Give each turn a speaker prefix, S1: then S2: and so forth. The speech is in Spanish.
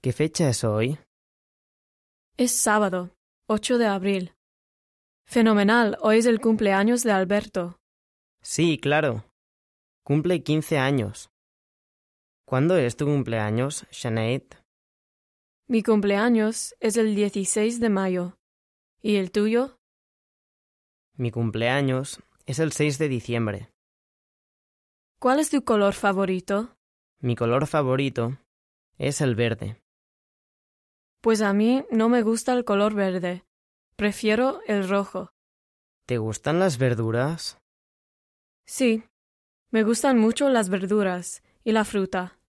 S1: ¿Qué fecha es hoy?
S2: Es sábado, 8 de abril. Fenomenal, hoy es el cumpleaños de Alberto.
S1: Sí, claro. Cumple 15 años. ¿Cuándo es tu cumpleaños, Sinead?
S2: Mi cumpleaños es el 16 de mayo. ¿Y el tuyo?
S1: Mi cumpleaños es el 6 de diciembre.
S2: ¿Cuál es tu color favorito?
S1: Mi color favorito es el verde.
S2: Pues a mí no me gusta el color verde. Prefiero el rojo.
S1: ¿Te gustan las verduras?
S2: Sí, me gustan mucho las verduras y la fruta.